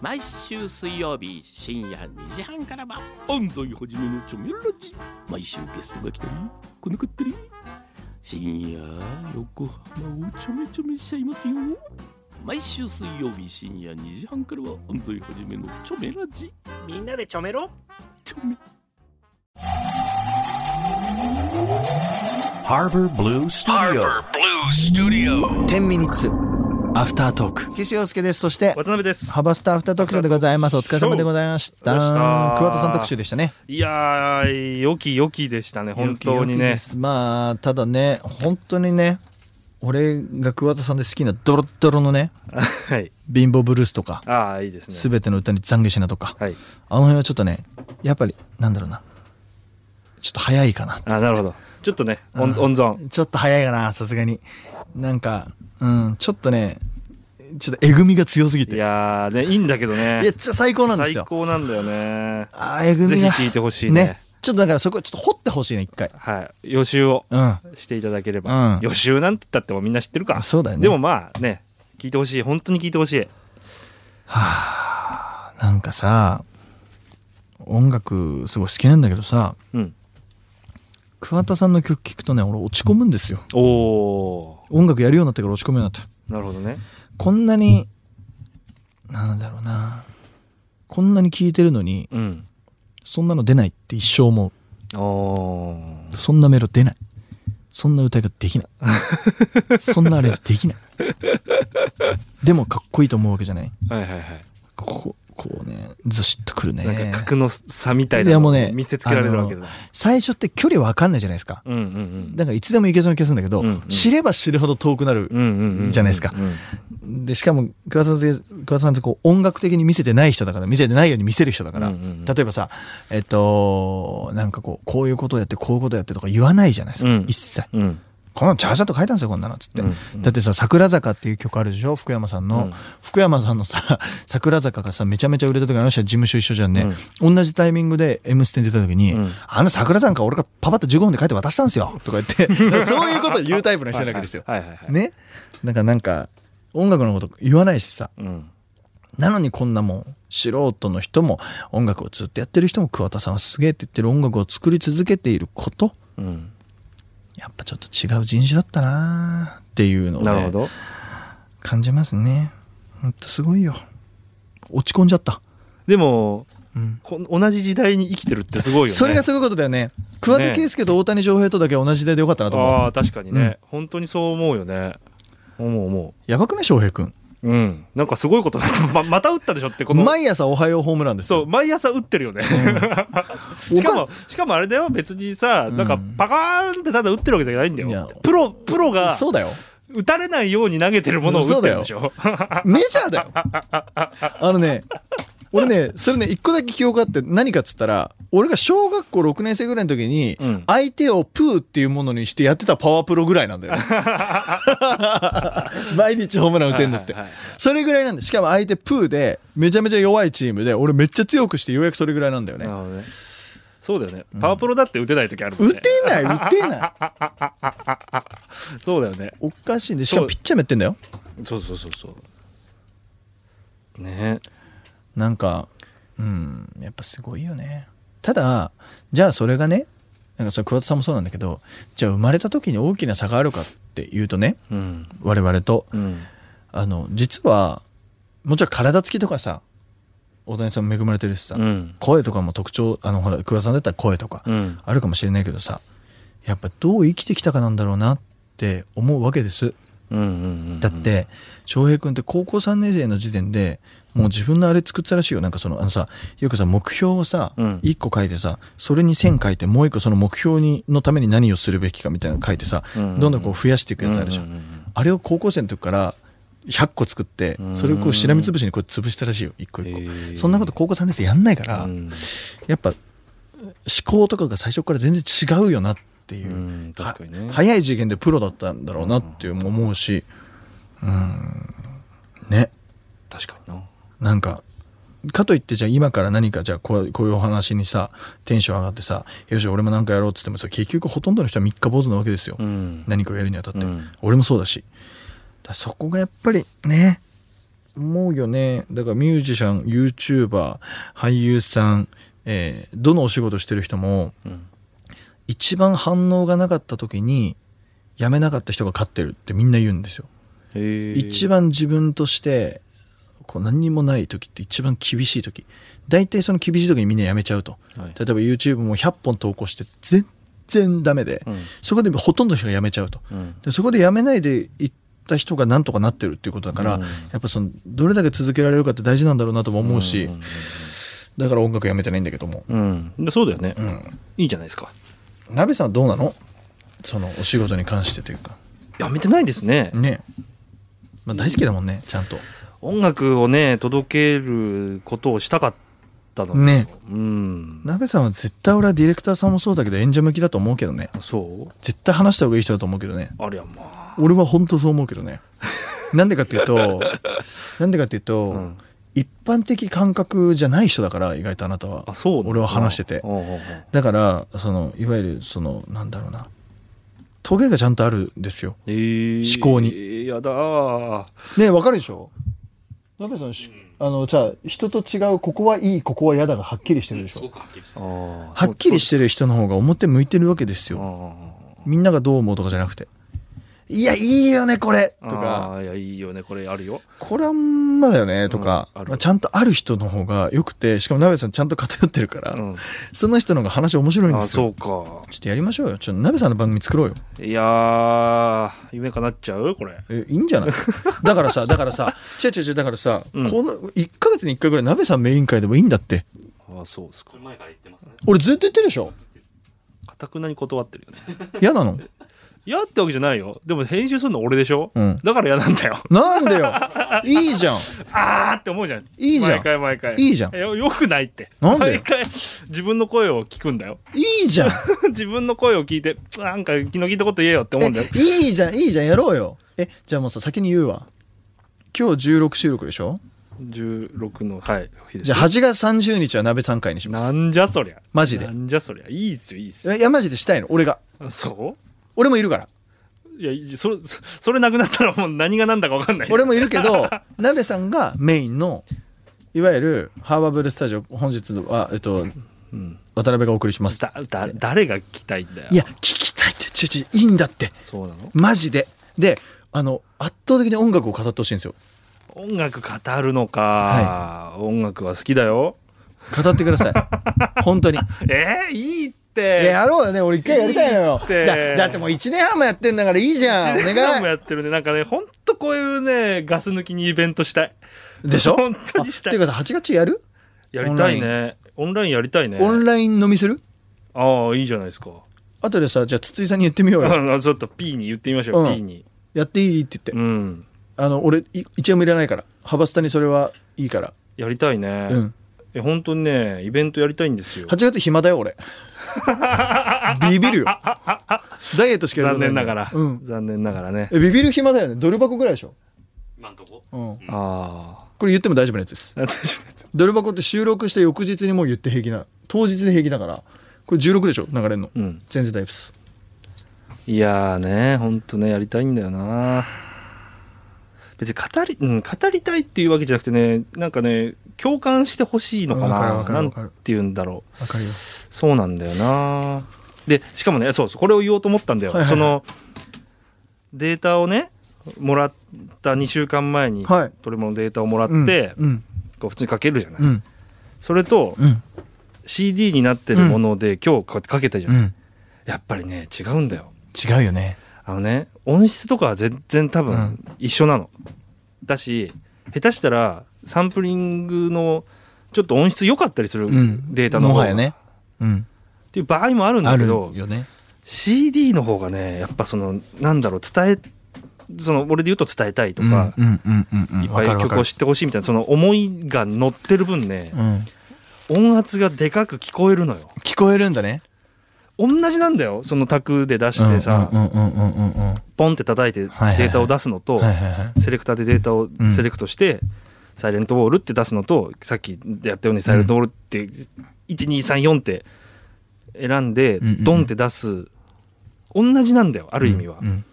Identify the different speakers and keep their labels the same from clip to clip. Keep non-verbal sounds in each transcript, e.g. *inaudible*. Speaker 1: 毎週水曜日深夜2時半からは安西はじめのチョメラジ毎週ゲストが来たり来なかったり深夜横浜をちょめちょめしちゃいますよ毎週水曜日深夜2時半からは安西はじめのチョメラジ
Speaker 2: みんなでちょめろ
Speaker 1: チョメ
Speaker 3: Harbor Blue Studio.
Speaker 4: 10ミニッツアフタートーク岸洋介ですそして
Speaker 5: 渡辺です。
Speaker 4: ハバスターアフタートークショーでございますお疲れ様でございました
Speaker 5: お疲れ様でした
Speaker 4: 桑田さん特集でしたね
Speaker 5: いやー、良き良きでしたね、本当に
Speaker 4: よきよき
Speaker 5: ね
Speaker 4: で。すまあただね本当にね俺が桑田さんで好きなドロッドロのね
Speaker 5: はい。
Speaker 4: 貧乏ブルースとか
Speaker 5: ああ、いいですね。
Speaker 4: すべての歌に懺悔しなとか
Speaker 5: はい。
Speaker 4: あの辺はちょっとねやっぱりなんだろうなちょっと早いかな
Speaker 5: あなるほど。ちょっとね、温温存。
Speaker 4: ちょっと早いかなさすがになんかうんちょっとねちょっとえぐみが強すぎて
Speaker 5: い
Speaker 4: いや
Speaker 5: やー、ね、いいんだけどね。
Speaker 4: いやちょ最高なんです
Speaker 5: 最
Speaker 4: よ
Speaker 5: 高なんだよね。
Speaker 4: あーえぐ
Speaker 5: ぜ
Speaker 4: み
Speaker 5: ひ
Speaker 4: が
Speaker 5: 聞いてほしいね
Speaker 4: ちょっとだからそこちょっと掘ってほしいね一回
Speaker 5: はい。予習を
Speaker 4: うん
Speaker 5: していただければ。
Speaker 4: うん
Speaker 5: 予習なんて言ったってもみんな知ってるか。
Speaker 4: そうだよね
Speaker 5: でもまあね、聞いてほしい。本当に聞いてほしい。
Speaker 4: なんかさ音楽すごい好きなんだけどさ
Speaker 5: うん。
Speaker 4: 桑田さんの曲聴くとね俺落ち込むんですよ
Speaker 5: お
Speaker 4: 音楽やるようになってから落ち込むようになった
Speaker 5: ー。なるほどね。
Speaker 4: こんなになんだろうなこんなに聴いてるのに
Speaker 5: うん。
Speaker 4: そんなの出ないって一生思
Speaker 5: おー。
Speaker 4: うそんなメロ出ないそんな歌ができない
Speaker 5: *laughs*
Speaker 4: そんなアレンジできないでもかっこいいと思うわけじゃない
Speaker 5: はいはいはい。
Speaker 4: こうこうねずしっとくるね
Speaker 5: なんか格の差みたいない
Speaker 4: や
Speaker 5: の
Speaker 4: もう
Speaker 5: を
Speaker 4: ね
Speaker 5: 見せつけられるわけだ。
Speaker 4: 最初って距離わかんないじゃないですか
Speaker 5: うんうんうん。
Speaker 4: だからいつでも行けそうな気がするんだけど、
Speaker 5: うんうん
Speaker 4: 知れば知るほど遠くなる、
Speaker 5: うんうんうんうん
Speaker 4: じゃないですか
Speaker 5: うん
Speaker 4: でしかも桑田さん桑田さんってこう音楽的に見せてない人だから見せてないように見せる人だから、
Speaker 5: うんうんうん
Speaker 4: 例えばさえっとなんかこうこういうことをやってこういうことをやってとか言わないじゃないですか、
Speaker 5: うん
Speaker 4: 一切
Speaker 5: うん
Speaker 4: このチャージャーと書いたんですよこんなのっつって、
Speaker 5: うんうん
Speaker 4: だってさ「桜坂」っていう曲あるでしょ福山さんの、
Speaker 5: うん
Speaker 4: 福山さんのさ *laughs* 「桜坂」がさめちゃめちゃ売れた時あの人は事務所一緒じゃんね、同じタイミングで「M ステ」に出た時に「
Speaker 5: うん
Speaker 4: あの桜坂俺がパパッと15分で書いて渡したんですよ」とか言って
Speaker 5: *laughs*
Speaker 4: そういうことを言うタイプの人なわけですよ。
Speaker 5: はいはいはい。
Speaker 4: ねなんかなんか音楽のこと言わないしさ
Speaker 5: うん。
Speaker 4: なのにこんなもん素人の人も音楽をずっとやってる人も桑田さんはすげえって言ってる音楽を作り続けていること
Speaker 5: うん。
Speaker 4: やっぱちょっと違う人種だったなーっていうのを
Speaker 5: なるほ
Speaker 4: ね
Speaker 5: ど。
Speaker 4: 感じますねほんとすごいよ落ち込んじゃった、
Speaker 5: でも、
Speaker 4: うん
Speaker 5: こ同じ時代に生きてるってすごいよね。
Speaker 4: それがすごいことだよね桑田佳祐と大谷翔平とだけ同じ時代でよかったなと思う、
Speaker 5: ああ、確かにね、本当にそう思うよね。思う思
Speaker 4: やばくない翔平くん
Speaker 5: う。うん。なんかす *laughs* ごいこと、ままた打ったでしょって、この。
Speaker 4: 毎朝おはようホームランです
Speaker 5: そ
Speaker 4: よ
Speaker 5: う毎朝打ってるよね、
Speaker 4: うん
Speaker 5: *laughs* しかもしかもあれだよ別にさ、なんかパカーンってただ打ってるわけじゃないんだ
Speaker 4: いや
Speaker 5: よプロプロが
Speaker 4: そうだよ
Speaker 5: 打たれないように投げてるものを打ってるんでしょ
Speaker 4: メジャーだよ。あのね、俺ね、それね、一個だけ記憶があって、何かっつったら、俺が小学校6年生ぐらいの時に
Speaker 5: うん、
Speaker 4: 相手をプーっていうものにしてやってたパワープロぐらいなんだ
Speaker 5: *laughs*
Speaker 4: よね。毎日ホームラン打てんだって
Speaker 5: はいはいはい。
Speaker 4: それぐらいなんで、しかも相手プーで、めちゃめちゃ弱いチームで、俺めっちゃ強くしてようやくそれぐらいなんだよね
Speaker 5: *laughs* なる。ほどねそうだよね、パワープロだって打てない時あるもん
Speaker 4: 打
Speaker 5: ね
Speaker 4: てない、打てない。
Speaker 5: そうだよね
Speaker 4: おかしいんで、しかもピッチャーもやってんだよ。
Speaker 5: そうそうそうそうね
Speaker 4: なんかうんやっぱすごいよねただじゃあそれがねなんかそれ桑田さんもそうなんだけどじゃあ生まれた時に大きな差があるかっていうとね
Speaker 5: うん
Speaker 4: 我々と
Speaker 5: うん
Speaker 4: あの実はもちろん体つきとかさ大谷さんも恵まれてるしさ、
Speaker 5: うん
Speaker 4: 声とかも特徴あのほら桑田さんだったら声とか
Speaker 5: うん
Speaker 4: あるかもしれないけどさやっぱどう生きてきたかなんだろうなって思うわけです
Speaker 5: うんうんうん
Speaker 4: だって翔平君って高校3年生の時点でもう自分のあれ作ってたらしいよなんかそのあのさよくさ目標をさ、
Speaker 5: うん
Speaker 4: 1個書いてさそれに線書いてもう1個その目標にのために何をするべきかみたいなの書いてさ、
Speaker 5: うん
Speaker 4: どんどんこう増やしていくやつあるじゃん,、
Speaker 5: うんうんうんうん
Speaker 4: あれを高校生の時から100個作って
Speaker 5: うん
Speaker 4: それをこうしらみつぶしにこう潰したらしいよ1個1個、
Speaker 5: へー
Speaker 4: そんなこと高校3年生やんないから、
Speaker 5: うん
Speaker 4: やっぱ思考とかが最初から全然違うよなっていう、
Speaker 5: うん確かにね
Speaker 4: は早い次元でプロだったんだろうなっていう思うしうんね
Speaker 5: 確かにな
Speaker 4: なんかかといってじゃあ今から何かじゃあこうこういうお話にさテンション上がってさよし俺も何かやろうっつってもさ結局ほとんどの人は三日坊主なわけですよ、
Speaker 5: うん
Speaker 4: 何かをやるにあたって、
Speaker 5: うん
Speaker 4: 俺もそうだしだからそこがやっぱりね思うよねだからミュージシャン YouTuber 俳優さん、えーどのお仕事してる人も、
Speaker 1: うん
Speaker 4: 一番反応がなかった時に辞めなかった人が勝ってるってみんな言うんですよ。一番自分としてこう何にもない時って一番厳しい時大体その厳しい時にみんなやめちゃうと、
Speaker 1: はい
Speaker 4: 例えば YouTube も100本投稿して全然ダメで、
Speaker 1: うん
Speaker 4: そこでほとんどの人がやめちゃうと、
Speaker 1: うん
Speaker 4: でそこでやめないでいった人がなんとかなってるっていうことだから、
Speaker 1: うん
Speaker 4: やっぱそのどれだけ続けられるかって大事なんだろうなとも思うし、だから音楽やめてないんだけども、
Speaker 5: うん、でそうだよね、
Speaker 4: うん、
Speaker 5: いいじゃないですか
Speaker 4: 鍋さんはどうなのそのお仕事に関してというか
Speaker 5: やめてないですね、
Speaker 4: ね、まあ、大好きだもんねちゃんと
Speaker 5: 音楽をね届けることをしたかったの
Speaker 4: ね
Speaker 5: うん
Speaker 4: 鍋さんは絶対俺はディレクターさんもそうだけど演者向きだと思うけどね
Speaker 5: そう
Speaker 4: 絶対話した方がいい人だと思うけどね
Speaker 5: ありゃまあ
Speaker 4: 俺は本当そう思うけど
Speaker 5: *laughs*
Speaker 4: ねなんでかっていうとなんでかっていうと、
Speaker 5: うん
Speaker 4: 一般的感覚じゃない人だから意外とあなたは
Speaker 5: あそうなんだ
Speaker 4: 俺は話してて
Speaker 5: うんうんうん
Speaker 4: だからそのいわゆるそのなんだろうなトゲがちゃんとあるんですよ
Speaker 5: えー
Speaker 4: 思考に
Speaker 5: やだー
Speaker 4: ねえわかるでしょ鍋さんしあのじゃあ人と違うここはいいここは嫌だがはっきりしてるでしょ、
Speaker 5: あー
Speaker 4: はっきりしてる人の方が表向いてるわけです
Speaker 5: そう
Speaker 4: よ
Speaker 5: あ
Speaker 4: みんながどう思うとかじゃなくて「いやいいよねこれ」
Speaker 5: ー
Speaker 4: とか
Speaker 5: あーいやいいよねこれあるよ
Speaker 4: 「これはんまだよね」とか、
Speaker 5: うんある
Speaker 4: まあ、ちゃんとある人の方がよくてしかも鍋さんちゃんと偏ってるから、
Speaker 5: うん
Speaker 4: そんな人の方が話面白いん
Speaker 5: あ
Speaker 4: です
Speaker 5: そ
Speaker 4: よ
Speaker 5: うか
Speaker 4: ちょっとやりましょうよちょっと鍋さんの番組作ろうよ
Speaker 5: いやー夢かなっちゃうこれ
Speaker 4: えいいんじゃない
Speaker 5: *laughs*
Speaker 4: だからさだからさ違う違う違うだからさ、
Speaker 5: うん
Speaker 4: この1ヶ月に1回ぐらい鍋さんメイン会でもいいんだって
Speaker 5: あそうですか
Speaker 4: 俺ずっと言ってるでしょ
Speaker 5: かたくなに断ってるよね
Speaker 4: 嫌なの
Speaker 5: 嫌ってわけじゃないよでも編集するの俺でしょ、
Speaker 4: うん
Speaker 5: だから嫌なんだ
Speaker 4: *laughs*
Speaker 5: よ
Speaker 4: なんでよいいじゃん
Speaker 5: あーって思うじゃん
Speaker 4: いいじゃん
Speaker 5: 毎回毎回
Speaker 4: いいじゃん
Speaker 5: よよくないって
Speaker 4: なんでよ
Speaker 5: 毎回自分の声を聞くんだよ *laughs*
Speaker 4: いいじゃん
Speaker 5: 自分の声を聞いてなんか気の利いたこと言えよって思うんだよ
Speaker 4: えいいじゃんいいじゃんやろうよえじゃあもうさ先に言うわ今日16収録でしょ
Speaker 5: 16のはい日です
Speaker 4: じゃあ8月30日は鍋3回にしま
Speaker 5: な
Speaker 4: す
Speaker 5: んじゃそりゃ
Speaker 4: マジで
Speaker 5: なんじゃそりゃいいっすよいいっすよ
Speaker 4: えいやマジでしたいの俺が
Speaker 5: そ
Speaker 4: 俺もいるから
Speaker 5: *laughs* ういやいそそそれなくなったらもう何が何だか分かんない
Speaker 4: 俺もいるけど鍋さんがメインのいわゆるハーバーブルースタジオ本日は、えっと、
Speaker 5: うん
Speaker 4: 渡辺がお送りします
Speaker 5: だだ誰が聞きたいんだよ
Speaker 4: いや聞きたいってちょちょいいんだって
Speaker 5: そうなの
Speaker 4: マジでであの圧倒的に音楽を語ってほしいんですよ
Speaker 5: 音楽語るのか、音楽は好きだよ
Speaker 4: 語ってくださ
Speaker 5: *laughs*
Speaker 4: い本当に
Speaker 5: えー、いい
Speaker 4: い
Speaker 5: っ
Speaker 4: や
Speaker 5: て
Speaker 4: やろうよね俺一回やりたいのよ
Speaker 5: いいって
Speaker 4: だだってもう1年半もやってんだからいいじゃんお
Speaker 5: 何も
Speaker 4: 願い
Speaker 5: やってるねなんかねほんとこういうねガス抜きにイベントしたい
Speaker 4: でしょ
Speaker 5: 本当にし
Speaker 4: あ
Speaker 5: たい
Speaker 4: っていうかさ8月やる
Speaker 5: やりたいねオンラインやりたいね
Speaker 4: オンライン飲みする
Speaker 5: ああいいじゃないですか
Speaker 4: 後でさじゃあ筒井さんに言ってみようよ
Speaker 5: *laughs* あちょっと P に言ってみましょう、
Speaker 4: うん
Speaker 5: P に
Speaker 4: やっていいって言って、
Speaker 5: うん
Speaker 4: あの俺い一円もいらないから幅スタにそれはいいから
Speaker 5: やりたいね、
Speaker 4: うん
Speaker 5: え本当にねイベントやりたいんですよ
Speaker 4: 8月暇だよ
Speaker 5: *laughs*
Speaker 4: 俺ビビるよダイエットしかやる
Speaker 5: 残
Speaker 4: ことない
Speaker 5: 念
Speaker 4: んだ
Speaker 5: な
Speaker 4: よ
Speaker 5: がら、
Speaker 4: うん、
Speaker 5: 残念ながらね
Speaker 4: えビビる暇だよねドル箱ぐらいでしょ
Speaker 2: 今んとこ
Speaker 4: うん、
Speaker 5: あ *laughs*
Speaker 4: これ言っても大丈夫なやつです
Speaker 5: あう
Speaker 4: ドル箱って収録して翌日にもう言って平気な当日で平気だからこれ16でしょ流れるの、
Speaker 5: ん
Speaker 4: 全然大丈夫です
Speaker 5: いやーねほんとねやりたいんだよな別に語り、うん、語りたいっていうわけじゃなくてねなんかね共感してほしいのか
Speaker 4: わかる
Speaker 5: な
Speaker 4: わかるわ
Speaker 5: なん
Speaker 4: かる
Speaker 5: て言うんだろう
Speaker 4: わかるよ
Speaker 5: そうなんだよなでしかもねそうそうこれを言おうと思ったんだよ、
Speaker 4: はいはいはい
Speaker 5: そのデータをねもらった2週間前に、
Speaker 4: はい
Speaker 5: トレモのデータをもらって、
Speaker 4: うん
Speaker 5: こう普通にかけるじゃない、
Speaker 4: うん
Speaker 5: それと
Speaker 4: うん
Speaker 5: CD になってるもので、今日こうやってかけたじゃ、
Speaker 4: うんん
Speaker 5: やっぱりね違うんだよ
Speaker 4: 違うよね
Speaker 5: あのね音質とかは全然多
Speaker 4: う
Speaker 5: 分
Speaker 4: ん
Speaker 5: 一緒なの、だし下手したらサンプリングのちょっと音質良かったりする
Speaker 4: うん
Speaker 5: データの方
Speaker 4: も
Speaker 5: が、
Speaker 4: はやねうん
Speaker 5: っていう場合もあるん
Speaker 4: あ
Speaker 5: だけ
Speaker 4: る
Speaker 5: ど
Speaker 4: よね
Speaker 5: CD の方がねやっぱそのなんだろう伝えその俺で言うと伝えたいとか、
Speaker 4: うんうんうんうんうん
Speaker 5: いっぱ
Speaker 4: わか
Speaker 5: い
Speaker 4: るわか
Speaker 5: 曲
Speaker 4: る
Speaker 5: を知ってほしいみたいなその思いが乗ってる分ね
Speaker 4: うん
Speaker 5: 音圧がでかく聞こえるのよ
Speaker 4: 聞こえるんだね
Speaker 5: 同じなんだよその卓で出してさ、
Speaker 4: うんうんうんうんうんうん
Speaker 5: ポンって叩いてデ
Speaker 4: はいはい
Speaker 5: ータを出すのと、
Speaker 4: はいはいはい
Speaker 5: セレクターでデータを
Speaker 4: うん
Speaker 5: セレクトして、サイレントウォールって出すのとさっきやったようにサイレントウォールって1234って選んで
Speaker 4: うんうんうん
Speaker 5: ドンって出す同じなんだよある意味は、
Speaker 4: うんうん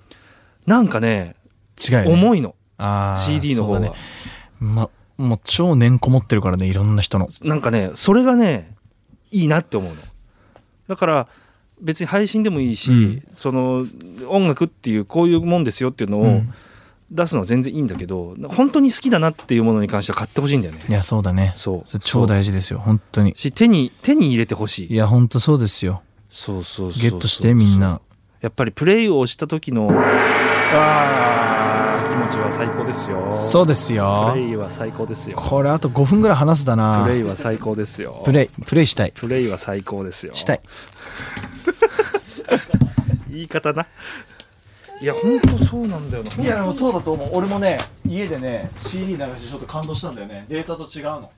Speaker 5: なんかね
Speaker 4: 違うよね
Speaker 5: 重いの
Speaker 4: あー
Speaker 5: CD の方
Speaker 4: そう
Speaker 5: が
Speaker 4: だねま、もう超年こもってるからねいろんな人の
Speaker 5: なんかねそれがねいいなって思うのだから別に配信でもいいし、
Speaker 4: うん
Speaker 5: その音楽っていうこういうもんですよっていうの
Speaker 4: う
Speaker 5: を
Speaker 4: ん
Speaker 5: 出すのは全然いいんだけど、本当に好きだなっていうものに関しては買ってほしいんだよね
Speaker 4: いやそうだね
Speaker 5: そう
Speaker 4: それ超大事ですよ本当に
Speaker 5: し手に手に入れてほしい
Speaker 4: いや本当そうですよ
Speaker 5: そうそうそうそう
Speaker 4: ゲットしてみんな
Speaker 5: やっぱりプレイをした時のあー気持ちは最高ですよ
Speaker 4: そうですよ
Speaker 5: プレイは最高ですよ
Speaker 4: これあと5分ぐらい話すだな
Speaker 5: プレイは最高ですよ
Speaker 4: プレイプレイしたい
Speaker 5: プレイは最高ですよ
Speaker 4: したい
Speaker 5: 言い方ないや本当そうなんだよない
Speaker 4: いやでもそうだと思う俺もね家でね CD 流してちょっと感動したんだよねデータと違うの